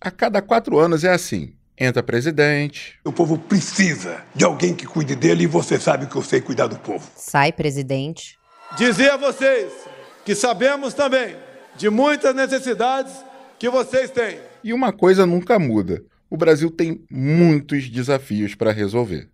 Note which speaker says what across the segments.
Speaker 1: A cada quatro anos é assim. Entra presidente,
Speaker 2: O povo precisa de alguém que cuide dele e você sabe que eu sei cuidar do povo.
Speaker 3: Sai presidente.
Speaker 4: Dizer a vocês que sabemos também de muitas necessidades que vocês têm.
Speaker 1: E uma coisa nunca muda: o Brasil tem muitos desafios para resolver.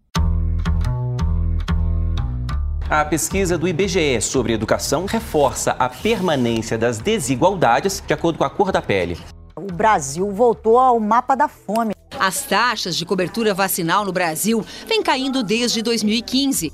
Speaker 5: A pesquisa do IBGE sobre educação reforça a permanência das desigualdades de acordo com a cor da pele.
Speaker 6: O Brasil voltou ao mapa da fome.
Speaker 7: As taxas de cobertura vacinal no Brasil vêm caindo desde 2015.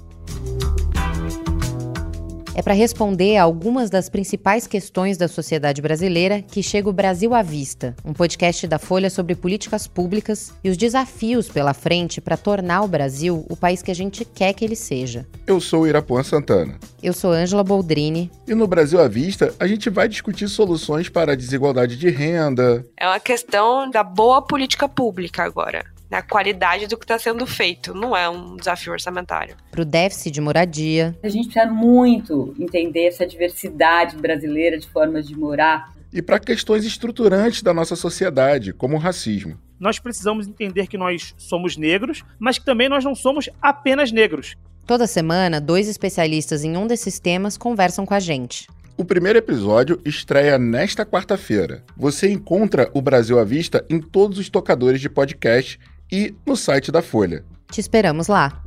Speaker 3: É para responder a algumas das principais questões da sociedade brasileira que chega o Brasil à Vista, um podcast da Folha sobre políticas públicas e os desafios pela frente para tornar o Brasil o país que a gente quer que ele seja.
Speaker 1: Eu sou Irapuan Santana.
Speaker 3: Eu sou Ângela Boldrini.
Speaker 1: E no Brasil à Vista, a gente vai discutir soluções para a desigualdade de renda.
Speaker 8: É uma questão da boa política pública agora, da qualidade do que está sendo feito, não é um desafio orçamentário.
Speaker 3: Para o déficit de moradia,
Speaker 9: A gente precisa muito entender essa diversidade brasileira de formas de morar.
Speaker 1: E para questões estruturantes da nossa sociedade, como o racismo.
Speaker 10: Nós precisamos entender que nós somos negros, mas que também nós não somos apenas negros.
Speaker 3: toda semana, dois especialistas em um desses temas conversam com a gente.
Speaker 1: O primeiro episódio estreia nesta quarta-feira. Você encontra o Brasil à Vista em todos os tocadores de podcast e no site da Folha.
Speaker 3: Te esperamos lá.